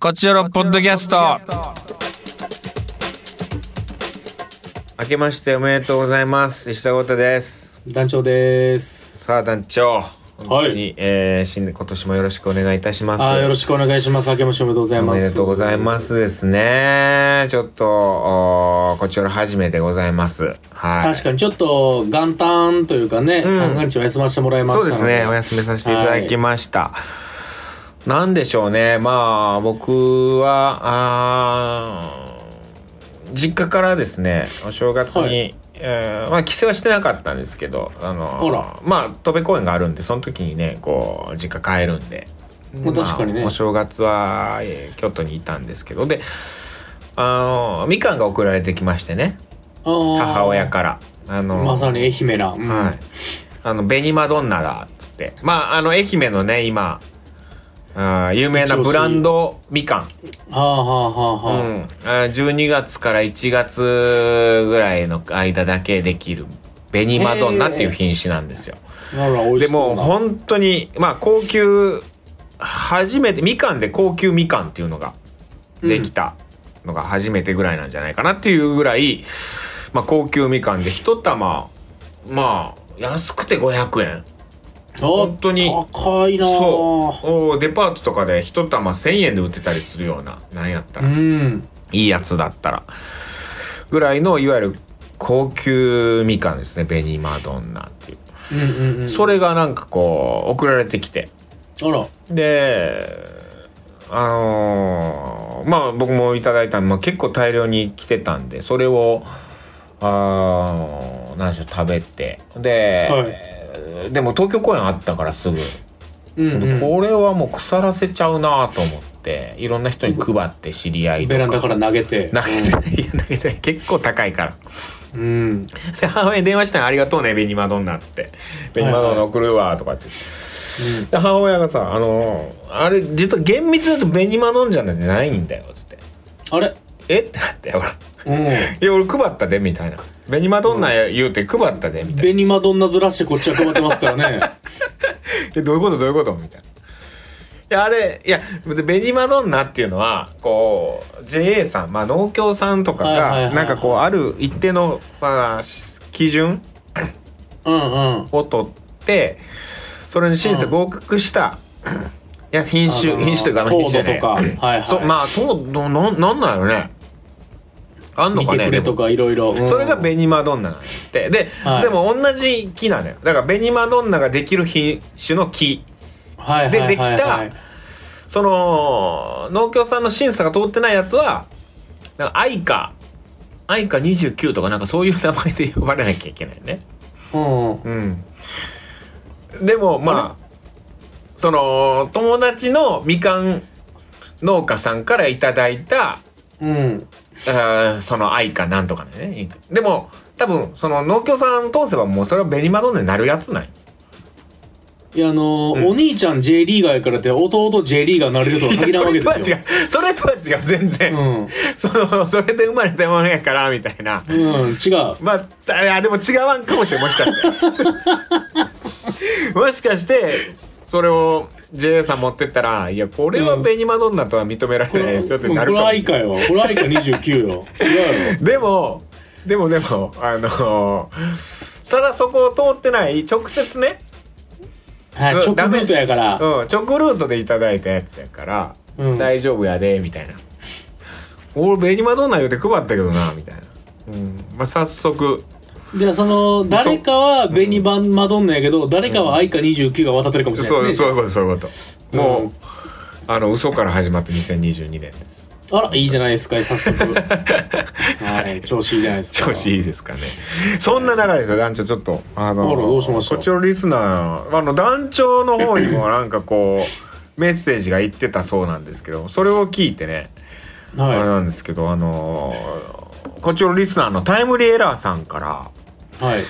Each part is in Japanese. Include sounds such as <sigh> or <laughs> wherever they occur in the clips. こちらのポッドキャスト。明けましておめでとうございます石田豪太です団長です。さあ団長本当に、えー新年今年もよろしくお願いいたしますあーよろしくお願いします。明けましておめでとうございおます。めでとうございますですねちょっとおーこちら初めてございますはい確かにちょっと元旦というかね、ん三が日お休ませてもらいましたそうので。ですねお休みさせていただきました、なんでしょうねまあ僕はあー実家からですねお正月に、はいえーまあ帰省はしてなかったんですけどああのらまあ戸部公園があるんでその時にねこう実家帰るんでまあ確かにねまあお正月は、えー京都にいたんですけどであのみかんが送られてきましてねあー母親からあのまさに愛媛な。うんはい。あの、ベニマドンナだ、つって。まあ、あの、愛媛のね、今、あー有名なブランドみかん。はあはあはあうはあ。ん。あー12月から1月ぐらいの間だけできる、ベニマドンナっていう品種なんですよ。あら美味でしそも、うな。本当に、まあ、高級、初めて、みかんで高級みかんっていうのができたのが初めてぐらいなんじゃないかなっていうぐらい、まあ、高級みかんで一玉、まあ、安くて500円。本当にあ高いな。そうおーデパートとかで一玉1,000円で売ってたりするようななんやったら、いん。いやつだったらぐらいのいわゆる高級みかんですね紅マドンナっていう、うんうんうん。それがなんかこう送られてきてあら。であのーまあ僕もいただいたの、まあ、結構大量に来てたんでそれをあーなんでしょう食べてで、でも東京公演あったからすぐ。うんうん。これはもう腐らせちゃうなと思っていろんな人に配って知り合いとベランダから投げて。投げてないいや投げてない結構高いからうん。で母親に電話したら「ありがとうねベニマドンナ」っつって「ベニマドンナ送るわ」とかってで母親がさ「あのーあれ実は厳密だとベニマドンじゃないんだよ」っつってあれ。 「えっ?」てなって俺「 <laughs> ういや俺配ったで」みたいな「ベニマドンナ言うて配ったで」みん。たいな紅マドンナずらしてこっちは配ってますから <laughs> ね。えどういうことどういうことみたいな。いやあれいやでベニマドンナっていうのはこう JA さん、まあ、農協さんとかはいはいはいがはいなんかこうある一定の、まあ、し基準うんうん。を取ってそれに審査うん合格した、いや品種、あのー品種というかあの糖品度種じゃねえとか、はいはい。そうまあそうどななんなんやろねあんの見かてねくれでともかいろいろ。うんそれがベニマドンナなんやってで、はいでも同じ木なのよだからベニマドンナができる品種の木はいではいはいはいできたその農協さんの審査が通ってないやつはなんかアイカアイカ29とかなんかそういう名前で呼ばれなきゃいけないねうんうんうんでもまあその友達のみかん農家さんからいただいたうんあーその愛かなんとかねでも多分その農協さん通せばもうそれは紅マドンナになるやつないいやあのーうんお兄ちゃん J リーガーやからって弟 J リーガーになれるとは限らんわけですよ。それとは違うそれとは違う全然、そのそれで生まれたものやからみたいなうん、うん、違う。まあた、いやでも違わんかもしれんもしか <laughs> してもしかしてそれを JA さん持ってったら「いやこれはうん紅マドンナとは認めらこれないれですよ」ってなこるれかも愛しれかないよ。これ愛か29よ。違うよ。でもでもでもあのただそこを通ってない直接ね、はい、うん直ダメルートやからう。ん、直ルートでいただいたやつやから、うん大丈夫やでみたいな「俺紅マドンナ言うて配ったけどな」みたいな、うんまあ、早速じゃあその誰かは紅バンマドンナやけど、誰かは愛か29が渡ってるかもしれそないうですそうね。いうことそういうこと、うんもうあの嘘から始まって2022年ですあらいいじゃないですか早速。 <laughs> はい調子いいじゃないですか。調子いいですかねそんな中ですよ団長ちょっとあのあらどうしましたこっちのリスナーあの団長の方にもなんかこ <laughs> うメッセージが言ってたそうなんですけどそれを聞いてね、あれはなんですけどあのこっちのリスナーのタイムリーエラーさんからいはい。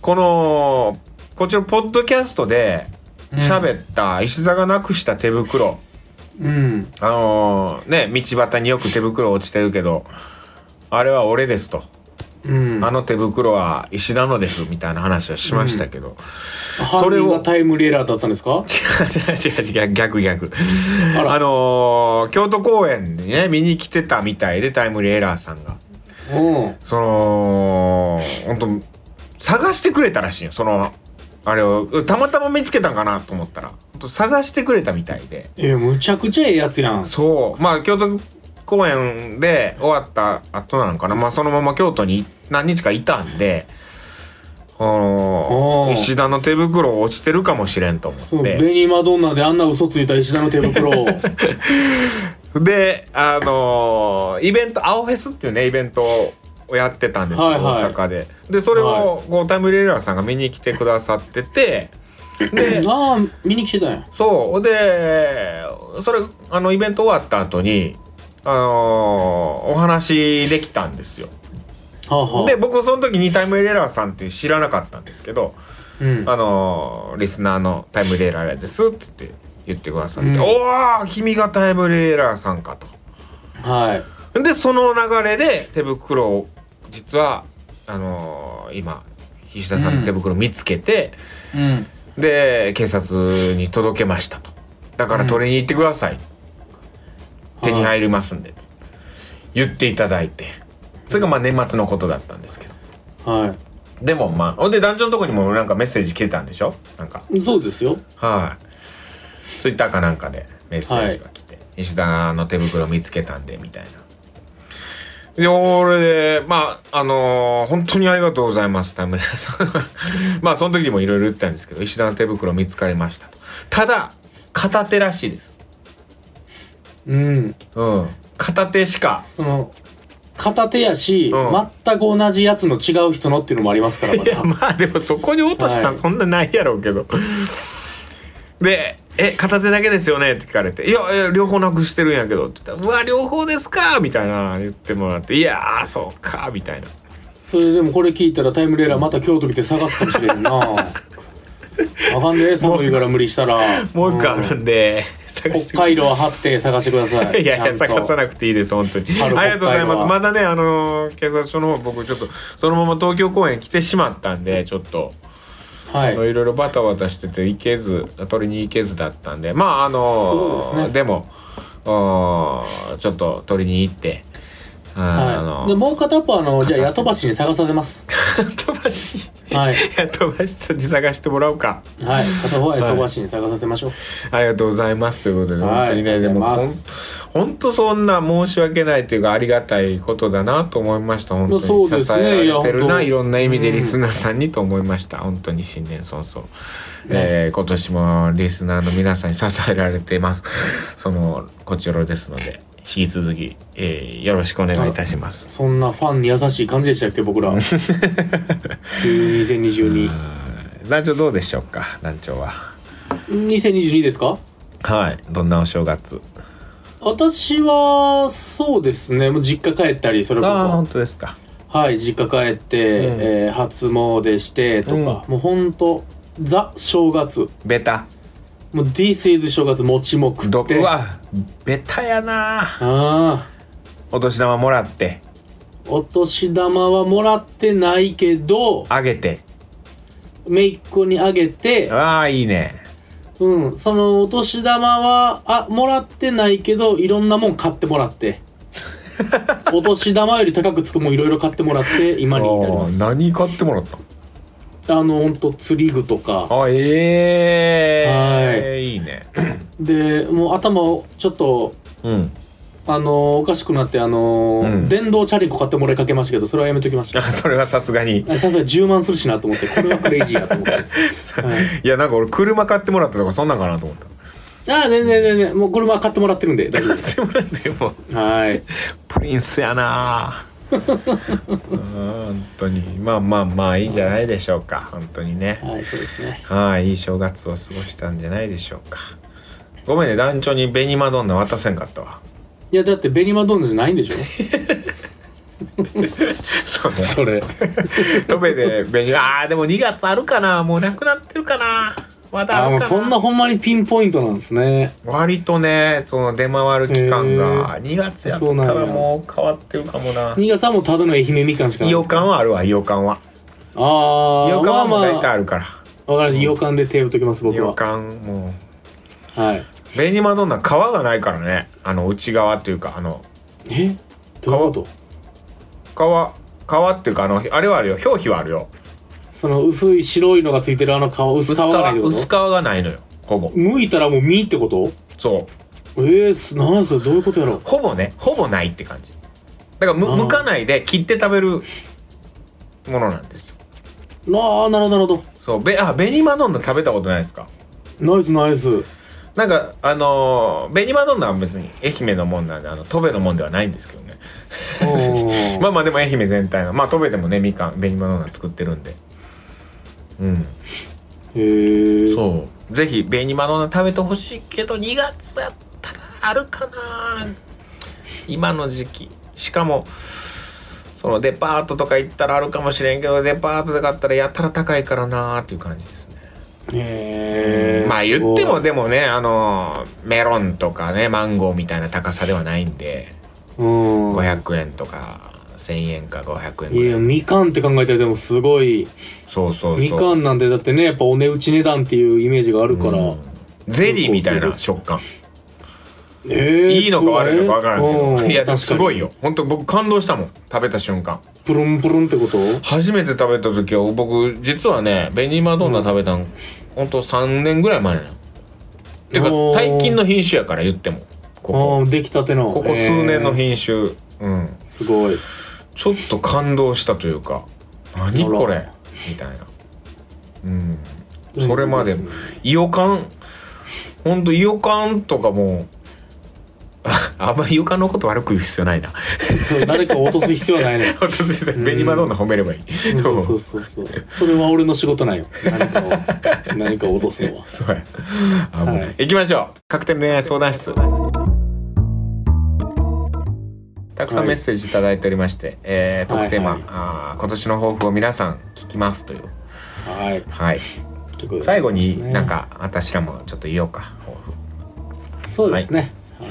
このこっちのポッドキャストで喋った石座がなくした手袋、うんあのーね道端によく手袋落ちてるけどあれは俺ですとうんあの手袋は石なのですみたいな話をしましたけど、犯それ人をがタイムリーエラーだったんですか違う違う違う逆逆あらあのー京都公演にね見に来てたみたいでタイムリーエラーさんがうんその本当探してくれたらしいよそのあれをたまたま見つけたんかなと思ったらほんと探してくれたみたいでえむちゃくちゃええやつやんそうまあ京都公演で終わった後なのかな、まあ、そのまま京都に何日かいたんで、あのおーー石田の手袋落ちてるかもしれんと思そうって。ベニマドンナであんな嘘ついた石田の手袋をであのーイベント「青フェス」っていうねイベントをやってたんですよ、はいはい大阪ででそれをこうタイムレーラーさんが見に来てくださってて <laughs> でああ見に来てたんやそうでそれあのイベント終わった後にあのーお話できたんですよはあはあで僕その時にタイムレーラーさんって知らなかったんですけどうんあのーリスナーのタイムレーラーですっつって言ってくださって「うんおお君がタイムレーラーさんか」と。はいでその流れで手袋を実はあのー今菱田さんの手袋見つけて、うんで警察に届けましたとだから取りに行ってください、手に入りますんで、言っていただいてそれがまあ年末のことだったんですけどはでもまあほんで団長のとこにもなんかメッセージ来てたんでしょなんかいそうですよはいツイッターかなんかでメッセージが来て「石田の手袋見つけたんで」みたいな。で俺でまああのー本当にありがとうございます田村さん <laughs> まあその時にもいろいろ言ったんですけど石田の手袋見つかりましたとただ片手らしいですうんうん片手しかその片手やし、うん全く同じやつの違う人のっていうのもありますからまいやたまあでもそこに落としたはらいそんなないやろうけど、で「え片手だけですよね?」って聞かれて「いやいや両方なくしてるんやけど」って言ったら「うわ両方ですか」みたいな言ってもらって「いやーそうか」みたいなそれでもこれ聞いたらタイムレーラーまた京都来て探すかもしれ <laughs> んなあかんで寒いから無理したらもう一個あるんで、う探んして北海道は張って探してくださいいやいやちゃんと探さなくていいです本当にあ春り北海道はがとうございますまだねあのー警察署の方僕ちょっとそのまま東京公園来てしまったんでちょっと。はいあのいろいろバタバタしてて行けず取りに行けずだったんでまああのそうで,、ですねもあーちょっと取りに行ってあー、あはい、でのもう片っぽはあのじゃあヤトバシに探さ <laughs> せます飛ばしはい飛ばしさんに探してもらおうかはい片方はヤトバシに探させましょう、ありがとうございますということで、はい本当にねでもありがほとうございんますほんとそんな申し訳ないというかありがたいことだなと思いました本当にそうですね支えられてるいや本な当いろんな意味でうんリスナーさんにと思いました、本当に新年早々、えー今年もリスナーの皆さんに支えられていますそのこちらですので引き続き、えーよろしくお願いいたしますそんなファンに優しい感じでしたっけ <laughs> 僕ら20222022団長どうでしょうか団長はですかはいどんなお正月私はそうですねもう実家帰ったりそれこああ本そ当ですかはい実家帰って、うんえー初詣してとか、もうほんとザ正月ベタもう This is 正月餅も食どってうわベタやなああお年玉もらってお年玉はもらってないけどあげて姪っ子にあげてああいいねうんそのお年玉はあもらってないけどいろんなもん買ってもらって <laughs> お年玉より高くつくもんいろいろ買ってもらって今に至りまあーす何買ってもらったあのほんと釣り具とかあええいいねでもう頭をちょっとうんあのーおかしくなってあのーうん電動チャリンコ買ってもらいかけましたけどそれはやめときましたあそれはさすがにあさすがに10万するしなと思ってこれはクレイジーや <laughs> と思って、はいいやなんか俺車買ってもらったとかそんなんかなと思ったあ全然全然もう車は買ってもらってるんで大丈夫ですでもでもはいプリンスやなうん本当にまあまあまあいいんじゃないでしょうか本当にねはいそうですねはいいい正月を過ごしたんじゃないでしょうかごめんね団長に紅マドンナ渡せんかったわいやだってベニマドンナじゃないんでしょ <laughs> そうね <laughs> <laughs> それトベで紅あーでも2月あるかなもうなくなってるかなまだああるもうかそんなほんまにピンポイントなんですね割とねその出回る期間が2月やったそうなんやらもう変わってるかもな新潟はもうただの愛媛みかんしかない予ですか感はあるわ予感はああ予感はもうま大あまあ体あるから、わかりました。洋館で手を打っときます、僕予は。感もはい。うベニマドンナ皮がないからねあの内側っていうかあのえどういうこと皮皮っていうかあのあれはあるよ表皮はあるよその薄い白いのがついてるあの皮、薄薄皮皮がないってこ薄皮とがないのよほぼ剥いたらもう身ってことそうええー、なんそれどういうことやろほぼねほぼないって感じだからむあー剥かないで切って食べるものなんですよああ、なるほど、なるほそうべあベニマドンナ食べたことないですかど。ナイス、ナイ <laughs> ス。なんかあのー、ベニマドンナは別に愛媛のもんなんであの戸辺のもんではないんですけどねおーまあまあでも愛媛全体のまあ戸辺でもねみかん紅マドンナ作ってるんでうんへえ。そうぜひ紅マドンナ食べてほしいけど2月やったらあるかな今の時期しかもそのデパートとか行ったらあるかもしれんけどデパートで買ったらやたら高いからなーっていう感じですねへえ。まあ言ってもで。でもねあのメロンとかねマンゴーみたいな高さではないんでうん。 500円とか1,000円か500円いぐや、らいみかんって考えたらでもすごい。そうそうそうみかんなんてだってね、やっぱお値打ち値段っていうイメージがあるから。うんゼリーみたいな食感ええ。いいのか悪いのか分からんけどういやでも確かにすごいよ本当僕感動したもん食べた瞬間プルンプルンってこと初めて食べた時は僕実はね紅マドンナ食べたん、ほんと3年ぐらい前なのていうかおー最近の品種やから言ってもここああ出来たてのここ数年の品種、うんえーすごいちょっと感動したというか何これみたいなうんそれまでうんイオカンほんとイオカンとかも <laughs> ああんまイオカンのこと悪く言う必要ないなそう誰かを落とす必要はない <laughs> ね私紅マドンナ褒めればいい、そうそうそうそうそれは俺の仕事なんよ何かを何かを落とすのはそうや。あ、もう、はい行きましょう。カクテル恋愛相談室。たくさんメッセージいただいておりまして、えー、トークテーマ、はいはいあー今年の抱負を皆さん聞きますという。はいはい。ということで最後に、ですねなんか、私らもちょっと言おうか。抱負そうですねはい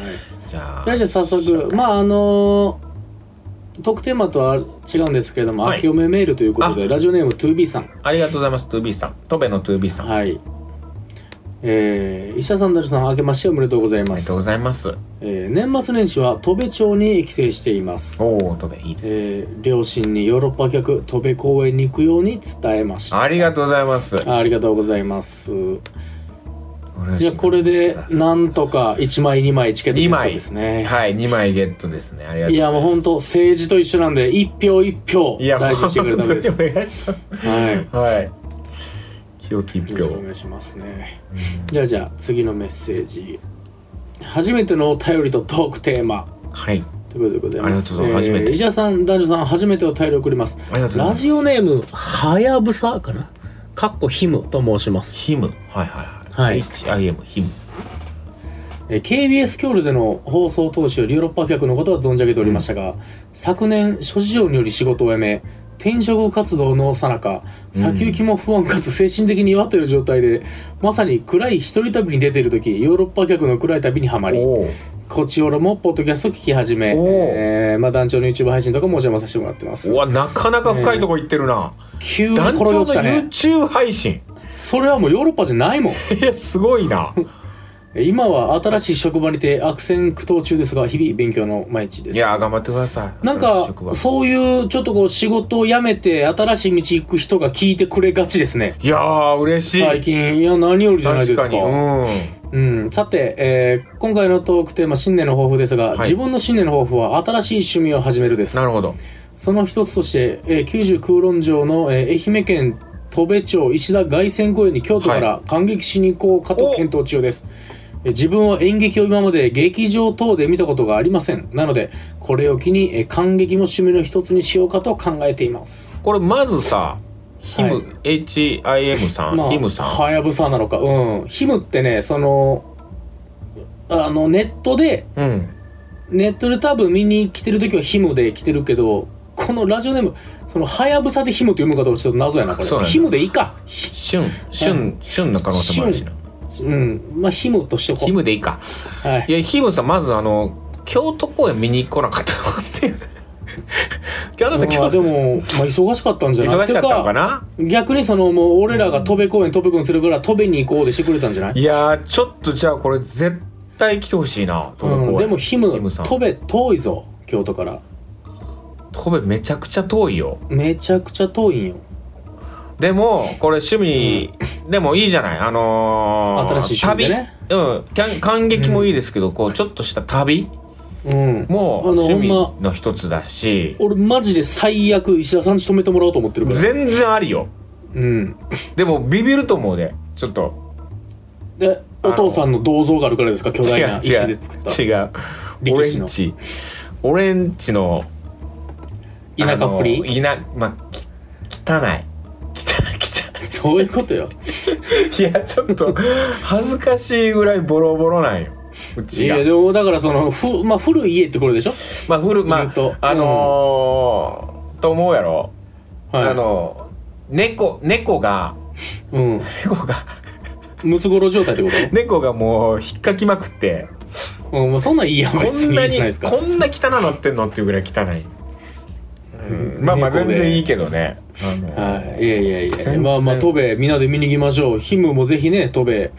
じゃあ。じゃあ早速まああのートークテーマとは違うんですけれども、はい秋嫁メールということでラジオネーム 2B さんありがとうございます。トゥービーさん。トベのトゥービーさん。あはいえー、石田さん、ダルさん、明けましておめでとうございりまがすとうご。ざいます。えー年末年始は戸部町に帰省しています、おお、トベいいですね。えー両親にヨーロッパ客戸部公園に行くように伝えましたありがとうございます。あありがとうございますいじやこれでなんとか1枚2枚チケット二ゲット枚ですね、はい、二枚ゲットですね。ありがとうございます。い、やもう本当政治と一緒なんで一票一票いや、大事にしてくれためです本当にお願いします。はいよはい。清き一ろしく票お。願いしますねじゃあじゃあ次のメッセージ初めてのお便りとトークテーマはい。ということでございますありがとうございます初めてえー石田さん男女さん初めてお便り送りますありがとうございラます。ジオネーム、はやぶさかなかっこひむと申します。ヒム。はいはいははいい。HIM、ヒム。えー KBS 協力での放送当初よりヨーロッパ客のことは存じ上げておりましたが、昨年、諸事情により仕事を辞め、転職活動のさなか、先行きも不安かつ精神的に弱っている状態で、まさに暗い一人旅に出ている時、ヨーロッパ客の暗い旅にはまり、おーこちおろもポッドキャストを聞き始め、おーえーまあ団長の YouTube 配信とかもお邪魔させてもらってますう。わ、なかなか深いとこ行ってるな。急に団長転げの落ちたね。 YouTube 配信。 <laughs> それはもうヨーロッパじゃないもん。いや、すごいな。今は新しい職場にて悪戦苦闘中ですが日々勉強の毎日でいすや、頑張ってください。なん新しいか職場そういうちょっとこう仕事を辞めて新しい道行く人が聞いてくれがちですねいやー、嬉しい。最近いや何よりじゃないです確かかに。ううん、さて、えー今回のトークテーマ新年の抱負ですが、い自分の新年の抱負は新しい趣味を始めるでん。すなるほど。その一つとして、えー、九十空論城の、えー愛媛県戸部町石田凱旋公園に京都から観劇しに行こうかとお検討中です、えー自分は演劇を今まで劇場等で見たことがありませんなのでこれを機に、えー、観劇も趣味の一つにしようかと考えていますこれ、まずさ、ヒはム、HIM さん、ヒムさん。はやぶさなのかうんヒムってねそのあのネットでうん。ネットで多分見に来てる時はヒムで来てるけどここのラジオネームそのはやぶさでヒムと読むかどうかちょっと謎やなこそうやれなヒムでいいかひ旬旬旬の可能性もあるしなうんまあヒムとしておこヒうムでいいかはい <laughs> いやヒムさんまずあの京都公演見に来なかったのっていう <laughs> あなたま京あで都も、まあ、忙しかったんじゃない忙しかったのかなていうか逆にそのもう俺らが戸部公園戸部君するから戸部に行こうでしてくれたんじゃないいやーちょっとじゃあこれ絶対来てほしいな戸部公園うん、でもヒムヒムさん戸部遠いぞ京都から戸部めちゃくちゃ遠いよめちゃくちゃ遠いんよでもこれ趣味、でもいいじゃないあのー、新しい趣味でね旅うんきゃん感激もいいですけど、こうちょっとした旅うんもあの趣味ほんの一つだし、俺マジで最悪石田さんに止めてもらおうと思ってるから全然ありようんでもビビると思うでちょっとでお父さんの銅像があるからですか巨大な石で作った違う力俺士んのち俺んちの田舎っぷりあの田まあき汚い汚 <laughs> どういうことよい汚いいやちょっ <laughs> と恥ずかしいぐらいボロボロなんよういちがやでもだからそのふ、まあ、古い家ってことでしょ、まあ古ま言うとああのーと思うやろはい、あの猫猫がうん猫がムツゴロウ状態ってこと猫がもう引っかきまくって <laughs> うん、もうそんなんいいやんこ別んにいないじゃないでにすかこんな汚なってんのっていうぐらい汚い、うんまあまあ猫全で然いいけどねあのはい、いやいやい全や然まあまあ戸部みんなで見に行きましょうヒムもぜひね戸部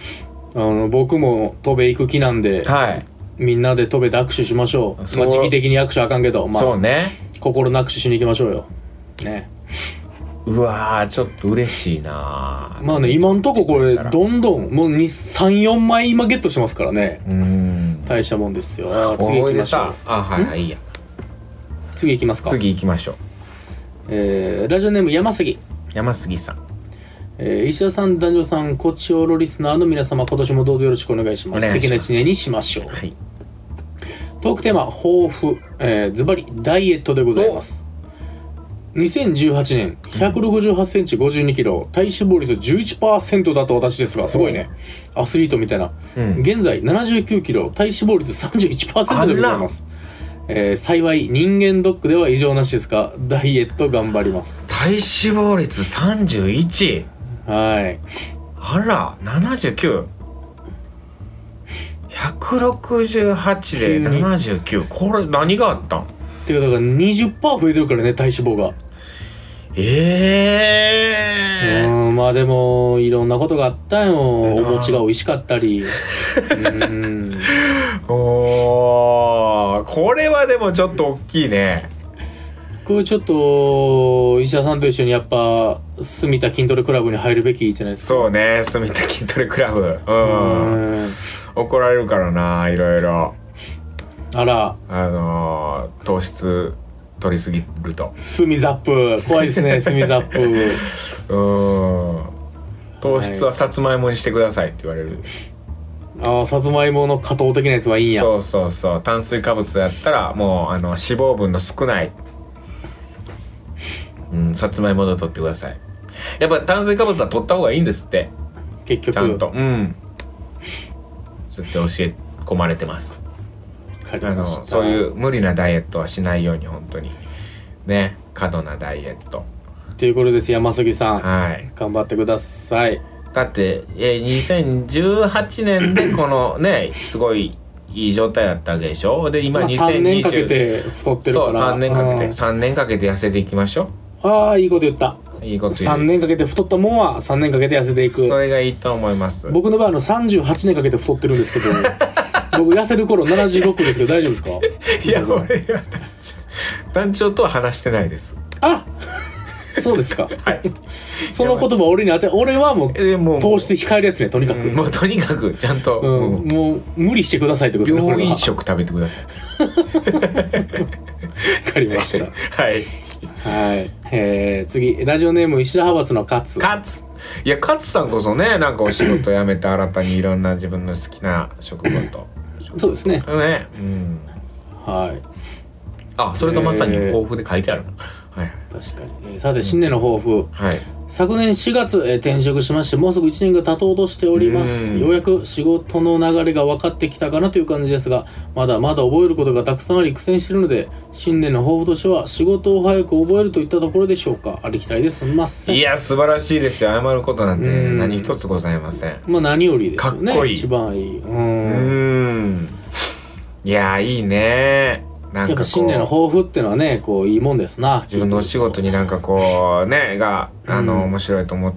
あの僕も戸部行く気なんで、はいみんなで戸部で握手しましょうそうまあ、時期的に握手あかんけど、まそうあ、ね心の握手しに行きましょうよねうわーちょっと嬉しいなまあね今んとここれだからどんどんもう34枚今ゲットしてますからねうん大したもんですよあー次行思いきま出しょさうあはいはいいいや次行きますか次行きましょうえーラジオネーム山崎山杉さんえー石田さん、男女さん、こっちおろリスナーの皆様、今年もどうぞよろしくお願いします。お願いし素敵まなす一年にしましょう。はいトークテーマ、抱負、えー、ズバリ、ダイエットでございます。2018年、168センチ52キロ、体脂肪率11%だった私ですが、すごいね。アスリートみたいな。うん現在、79キロ、体脂肪率31%でございます。えー幸い、人間ドックでは異常なしですが、ダイエット頑張ります。体脂肪率31はい。あら、七十九。百六十八で七十九。これ何があったん？っていうか、だから20%増えてるからね、体脂肪が。ええうんまあでもいろんなことがあったよお餅が美味しかったりうんおお、これはでもちょっと大きいね。これちょっと石田さんと一緒にやっぱ住田筋トレクラブに入るべきじゃないですかそうね、住田筋トレクラブ。う、うんん怒られるからな、いろいろ。あらあのー糖質取りすぎると。住ザップ怖いですね住ザップうん。糖質はさつまいもにしてくださいって言われる。ああさつまいもの加糖的なやつはいいんやそうそうそう炭水化物やったらもうあの脂肪分の少ない、うん、さつまいもの取ってくださいやっぱ炭水化物は取った方がいいんですって結局ちゃんとうんずっと教え込まれてますわかりあのましたそういう無理なダイエットはしないように本当にね過度なダイエットっていうことです山杉さん、はい頑張ってくださいだってえー2018年でこのねすごいいい状態だったわけでしょで今まあ、 2020 3年かけて太ってるかそらう3年かけてうん3年かけて痩せていきましょああいいこと言ったういいこと言3う年かけて太ったもんは3年かけて痩せていそくれがいいと思います僕の場合あの38年かけて太ってるんです <laughs> けど僕痩せる頃76ですけど大丈夫ですかいやこれは団長団長とは話してないですあそうですかはいその言葉俺に当て俺はもうえもう糖質控えるやつねとにかく、うんもうとにかくちゃんと、うんうんもう無理してくださいってことね病俺は院食食べてくださいわかりましたはいはい、えー、次ラジオネーム石田派閥の勝勝ついや勝さんこそねなんかお仕事辞めて新たにいろんな自分の好きな職業とそうですねねうんはいあそれがまさにえー抱負で書いてあるな、はいはい確かに、えーさて新年の抱負はい昨年4月、えー転職しましてもうすぐ1年が経とうとしておりますうんようやく仕事の流れが分かってきたかなという感じですがまだまだ覚えることがたくさんあり苦戦しているので新年の抱負としては仕事を早く覚えるといったところでしょうかありきたりですみませんいや素晴らしいですよ謝ることなんてうん何一つございませんまあ何よりですよねかっこいい一番いいううんんいやいいねなんやかこっぱう新年の抱負ってのはねこういいもんですな自分のお仕事になんかこうねがあの、うん面白いと思っ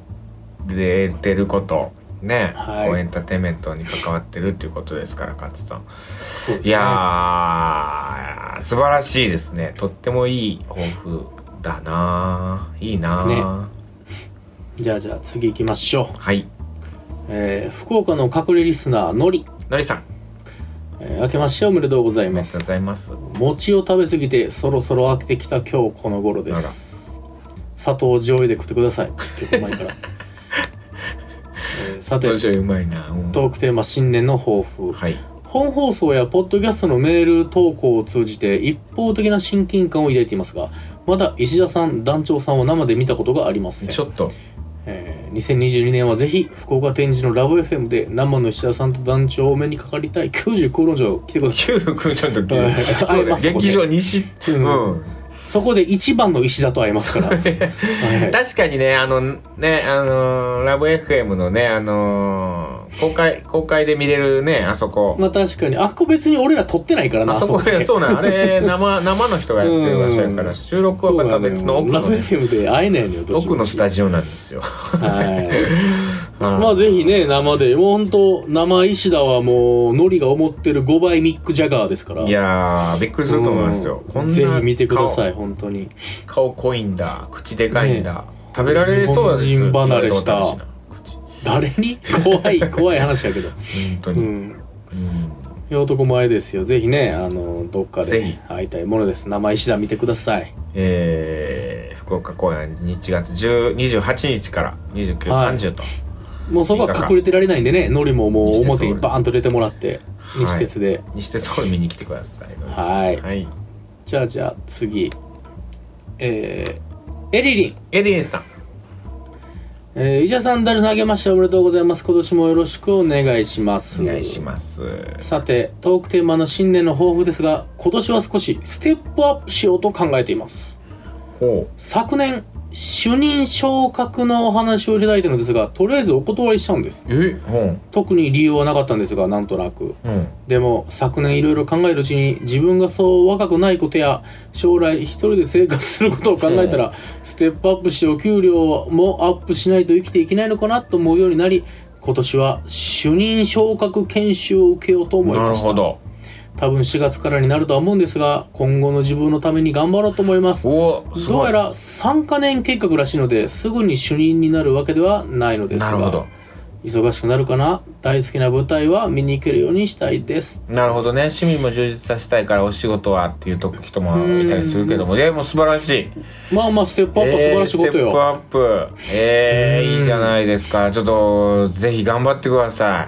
ててることね、はいこうエンターテインメントに関わってるっていうことですから勝さんそうですいねやー素晴らしいですねとってもいい抱負だないいな、じゃあじゃあ次行きましょう、はいえー福岡の隠れリスナーのり、のりさんえー明けましておめでとうございありまがとすうございます餅を食べ過ぎてそろそろ飽きてきた今日この頃です砂糖醤油で食ってください結構前から、えーさてどうしよううまいな、うんトークテーマ新年の抱負、はい本放送やポッドキャストのメール投稿を通じて一方的な親近感を抱いていますがまだ石田さん団長さんを生で見たことがありませんちょっとえー2022年はぜひ福岡展示のラブ FM で生の石田さんと団長をお目にかかりたい99論上来てください九六ちょっとはい会えます劇場西うんうんそこで一番の石田と会えますから、はい確かにねあのねあのーラブ FM のねあのー公開公開で見れるねあそこ、まあ確かにあっこ別に俺ら撮ってないからなあそこででそうなんあれ生生の人がやってる場所やかうらん収録はまた別の奥ラのブね、 FM で会えないのよどっちも奥のスタジオなんですよ。はいうんまあぜひね生でもう本当生石田はもうノリが思ってる5倍ミック・ジャガーですからいやーびっくりすると思いますよ。うんこんなぜひ見てください顔本当に顔濃いんだ口でかいんだ、食べられそうです。日本人離れした言われことあるしな口誰に怖い怖い話やけど本当うに。んうんいや男前ですよぜひねあのどっかぜひで会いたいものです生石田見てくださいえー福岡公演1月10 28日から29、はい30と、もうそこは隠れてられないんでねノリももう表にバーンと出てもらっていに施設でにしてそこ見に来てください。はいはい。じゃあじゃあ次えー、エリリンエリエンさん。えー、伊者さん、ダルさん、あげましておめでとうございます。今年もよろしくお願いします。お願いします。す。さて、トークテーマの新年の抱負ですが、今年は少しステップアップしようと考えています。ほ昨年、主任昇格のお話をいただいたのですが、とりあえずお断りしちゃうんです。う。えほ特に理由はなかったんですが、なんとなく。う。うん。でも昨年いろいろ考えるうちに自分がそう若くないことや将来一人で生活することを考え <laughs> たらステップアップしてお給料もアップしないと生きていけないのかなと思うようになり今年は主任昇格研修を受けようと思いなまるしたほど。多分4月からになるとは思うんですが今後の自分のために頑張ろうと思いますおお、すどうごやい。ら3カ年計画らしいのですぐに主任になるわけではないのですなるほがど。忙しくなるかな大好きな舞台は見に行けるようにしたいですなるほどね。趣味も充実させたいからお仕事はっていう人もいたりするけども、いや、もう素晴らしい。まあまあステップアップは素晴らしいことえーステップよ、アップ。えーうんいいじゃないですか。ちょっと、ぜひ頑張ってくださ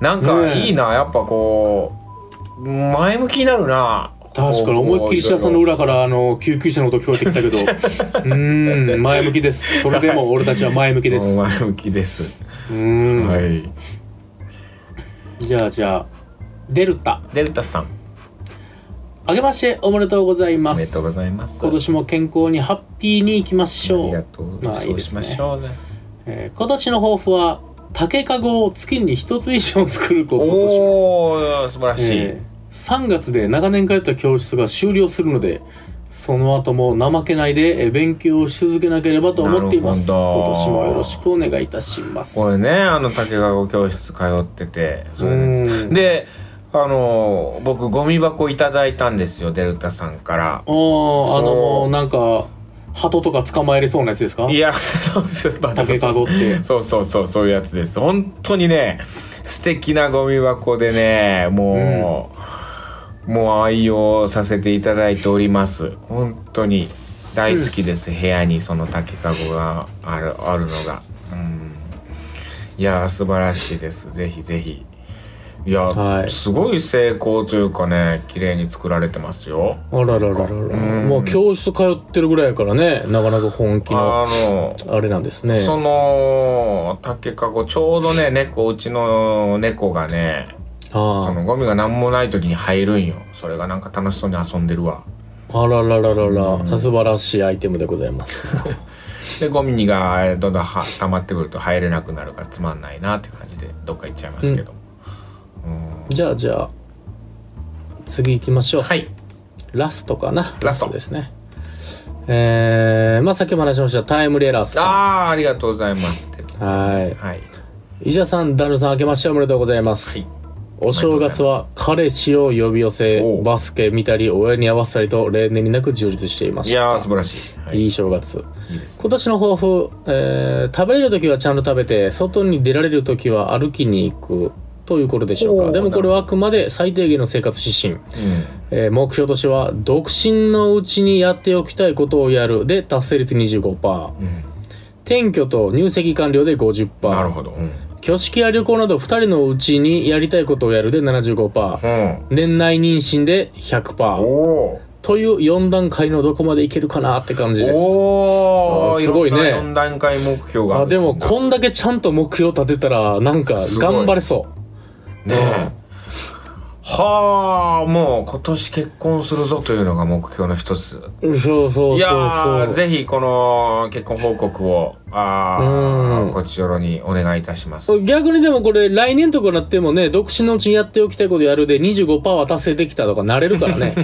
い。なんか、ねえいいな、やっぱこう、前向きになるな。確かに思いっきり石田さんの裏からあの救急車の音聞こえてきたけど <laughs> うーん前向きですそれでも俺たちは前向きでですす。う前向きです。ーん、はい。じゃあじゃあデルタデルタさん、あげましておめでとうございおまめすでとうございます。今年も健康にハッピーにいきましあょりうがとう。まあいそいうでしすまねしょうね。えー今年の抱負は竹かごを月に一つ以上作ることとしますおお、素晴らしい。えー3月で長年通った教室が終了するのでその後も怠けないでえー勉強をし続けなければと思っていますなるほど今年もよろしくお願いいたしますこれね、あの竹籠教室通ってて、そうれでんで、あの僕ゴミ箱いただいたんですよデルタさんから。おーあそうのもうなんか鳩とか捕まえれそうなやつですかいや、 <laughs> そうそう、また竹かごってそうそうそうそういうやつです。本当にね、素敵なゴミ箱でね、もう、もう愛用させていただいております。本当に大好きです。部屋にその竹かごがあるあるのが。うん、いやー素晴らしいです。ぜひぜひ。いや、はいすごい成功というかね綺麗に作られてますよあらららららうんまあ教室通ってるぐらいやからねなかなか本気のあのあれなんですねその竹かごちょうどね猫うちの猫がねそあのゴミが何もない時に入るんよそれがなんか楽しそうに遊んでるわああらららららうん素晴らしいアイテムでございますでゴミがえーどんどんは溜まってくると入れなくなるからつまんないなって感じでどっか行っちゃいますけど、うんじゃあじゃあ次行きましょう、はいラストかなラストですねえー、まあさっきも話しましたタイムレーラースさあーありがとうございますんはいはい伊者さんダルさん明けましておめでとうございます、はいお正月は彼氏を呼び寄おせうバスケ見たり親に合わせたりと例年になく充実していましいたやー素晴らしい、はい、いいい正月いです今年の抱負、えー食べれる時はちゃんと食べて外に出られる時は歩きに行くということでしょうおかーでもこれはあくまで最低限の生活指針、えー目標としては独身のうちにやっておきたいことをやるで達成率25%うん、うん、転居と入籍完了でなる50%ほどうん、挙式や旅行など2人のうちにやりたいことをやるで75%うん、年内妊娠でお100%おという4段階のどこまでいけるかなって感じですおあおーすごいね4段階目標がああるでもこんだけちゃんと目標立てたらなんかすごい頑張れそねえはあもう今年結婚するぞというのが目標の一つうそういうそそうやそうーぜひこの結婚報告をあうんーこちらにお願いいたします逆にでもこれ来年とかなってもね独身のうちにやっておきたいことやるで25%は達成できたとかなれるか <laughs> らね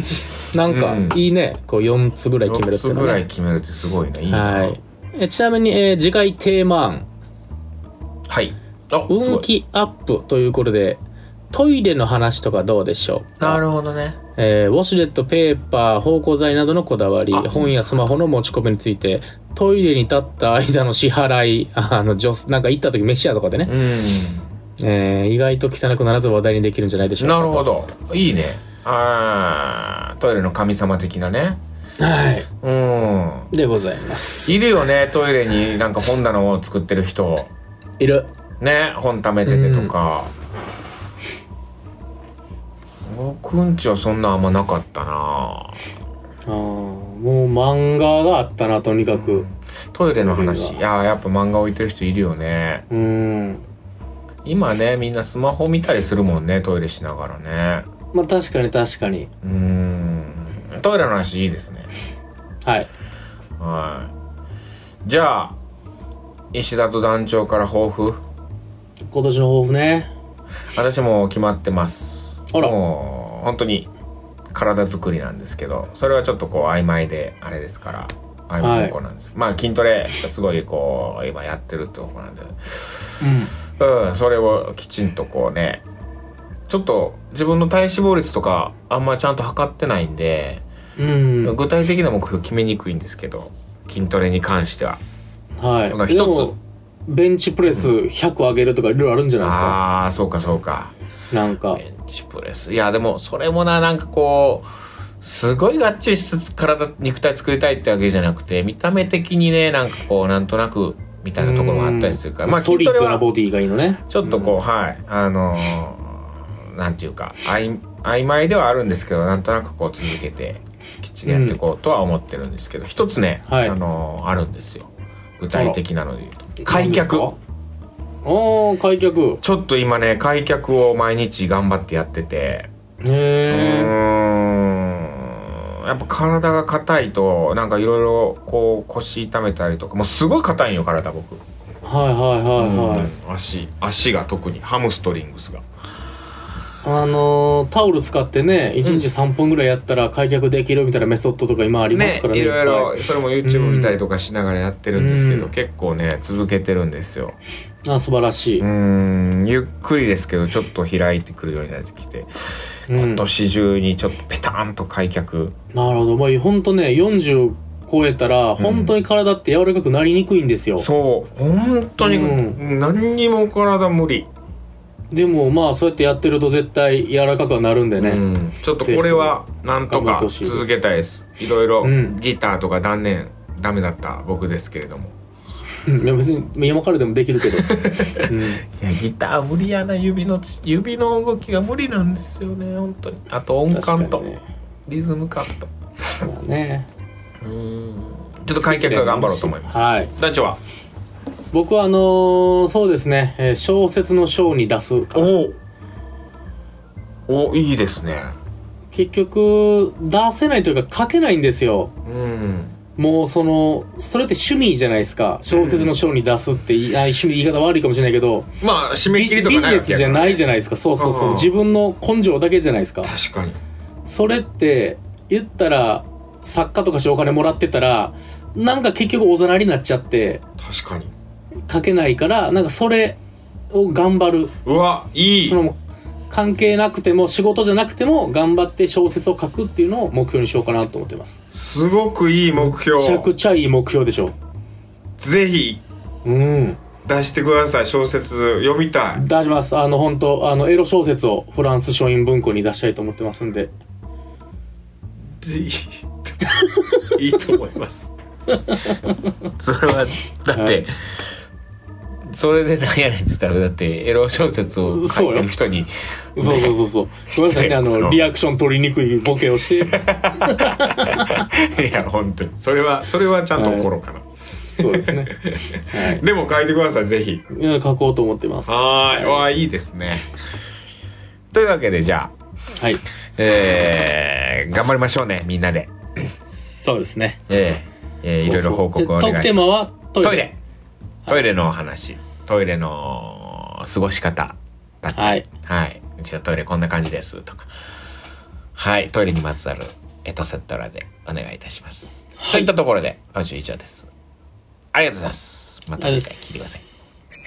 なんうんかいいねこう4つぐらい決める4っていつうのぐはらいね決めるってすごいねいいなはいえちなみに、えー次回テーマ案はいあす「ご運い気アップ」ということでトイレの話とかどうでしょうかなるほどねえーウォシュレットペーパー芳香剤などのこだわりあ本やスマホの持ち込みについてトイレに立った間の支払い <laughs> あの女なんか行った時飯屋とかでね、うんえー意外と汚くならず話題にできるんじゃないでしょうかなるほどどいいねあートイレの神様的なねはいうんでございますいるよねトイレになんか本棚を作ってる人いるね本貯めててとか、僕んちはそんなあんまなかったなあーもう漫画があったなとにかくトイレの話トイいややっぱ漫画置いてる人いるよねうん今ねみんなスマホ見たりするもんねトイレしながらねまあ確かに確かにうーんトイレの話いいですねはいはいじゃあ石田と団長から抱負今年の抱負ね私もう決まってますあらもう本当に体作りなんですけどそれはちょっとこう曖昧であれですから曖昧方向なんです、まあ筋トレすごいこう今やってるってとこなんでうんそれをきちんとこうねちょっと自分の体脂肪率とかあんまちゃんと測ってないんで、うんうん具体的な目標決めにくいんですけど筋トレに関してははいまあ一つでもベンチプレス100上げるとかいろいろあるんじゃないですかああーそうかそうかなんかベンチプレスいやでもそれもななんかこうすごいがっちりしつつ体肉体作りたいってわけじゃなくて見た目的にねなんかこうなんとなくみたいなところもあったりするからまあソ筋リトッレドなはボディがいいのねちょっとこう、はいあのーなんていうか曖曖昧ではあるんですけどなんとなくこう続けてきっちりやっていこうとは思ってるんですけど一つね、はいあのーあるんですよ具体的なので言うとうん開脚何ですかおー開脚ちょっと今ね開脚を毎日頑張ってやってて。うへえーんやっぱ体が硬いとなんかいろいろこう腰痛めたりとかもうすごい硬いんよ体僕、はいはいはいはいうん足足が特にハムストリングスがあのータオル使ってね1日3分ぐらいやったら開脚できるみたいなメソッドとか今ありますねからねいろいっろそれも YouTube 見たりとかしながらやってるんですけど、うん結構ね続けてるんですよ、ぱいあ素晴らしいうんゆっくりですけどちょっと開いてくるようになってきてうん今なる年中にちょっとペタンと開脚ほどまあほんとね40超えたら本当に体って柔らかくなりにくいんですよ、そう本当に、う何にも体無理でもまあそうやってやってると絶対柔らかくはなるんでね、うん、ちょっとこれはなんと頑張っかてほしいです続けたいですいろいろうんギターとか断念ダメだった僕ですけれども、うんいや別に今からでもでき <laughs> るけど、ういやギター無理やな指の指の動きが無理なんですよね本当にあと音ん、感確かと、にねリズム感とまあねうんちょっと開脚が頑張ろうと思いますはい団長は僕はあのーそうですね、えー小説の章に出すかなおおいいですね結局出せないというか書けないんですようんもうそのそれって趣味じゃないですか小説の章に出すっていあ趣味言い方悪いかもしれないけどまあ締めビ切ジりとビかジないネわけスやじかゃらねないじゃないですかそうそううんそううん自分の根性だけじゃないですか確かにそれって言ったら作家とかしてお金もらってたらなんか結局大人になっちゃって確かに書けないからなんかそれを頑張るうわいいその関係なくても仕事じゃなくても頑張って小説を書くっていうのを目標にしようかなと思ってますすごくいい目標めちゃくちゃいい目標でしょぜひうん出してください小説読みたい出しますあの本当あのエロ小説をフランス書院文庫に出したいと思ってますんでいいいいと思いますそれはだっはいてそれでなんやねんって言ったらだってエロ小説を書いてる人にそうそうそう <laughs> そうごめんなさいねあ失礼のリアクション取りにくいボケをして <laughs> いや本当にそれはそれはちゃんと怒ろうかな、そうですねはいでも書いてくださいぜひうん書こうと思ってますはーい、はいわーいいですねというわけでじゃあはいえー頑張りましょうねみんなでそうですねえええーいろいろ報告をお願いしまでトークすテーマはトイレトイレトイレのお話トイレの過ごし方だったはいはい。うちのトイレこんな感じです。とか。はい。トイレにまつわるエトセトラでお願いいたします。はいといったところで、今週以上です。ありがとうございます。またあり次が回とうございます聞いてく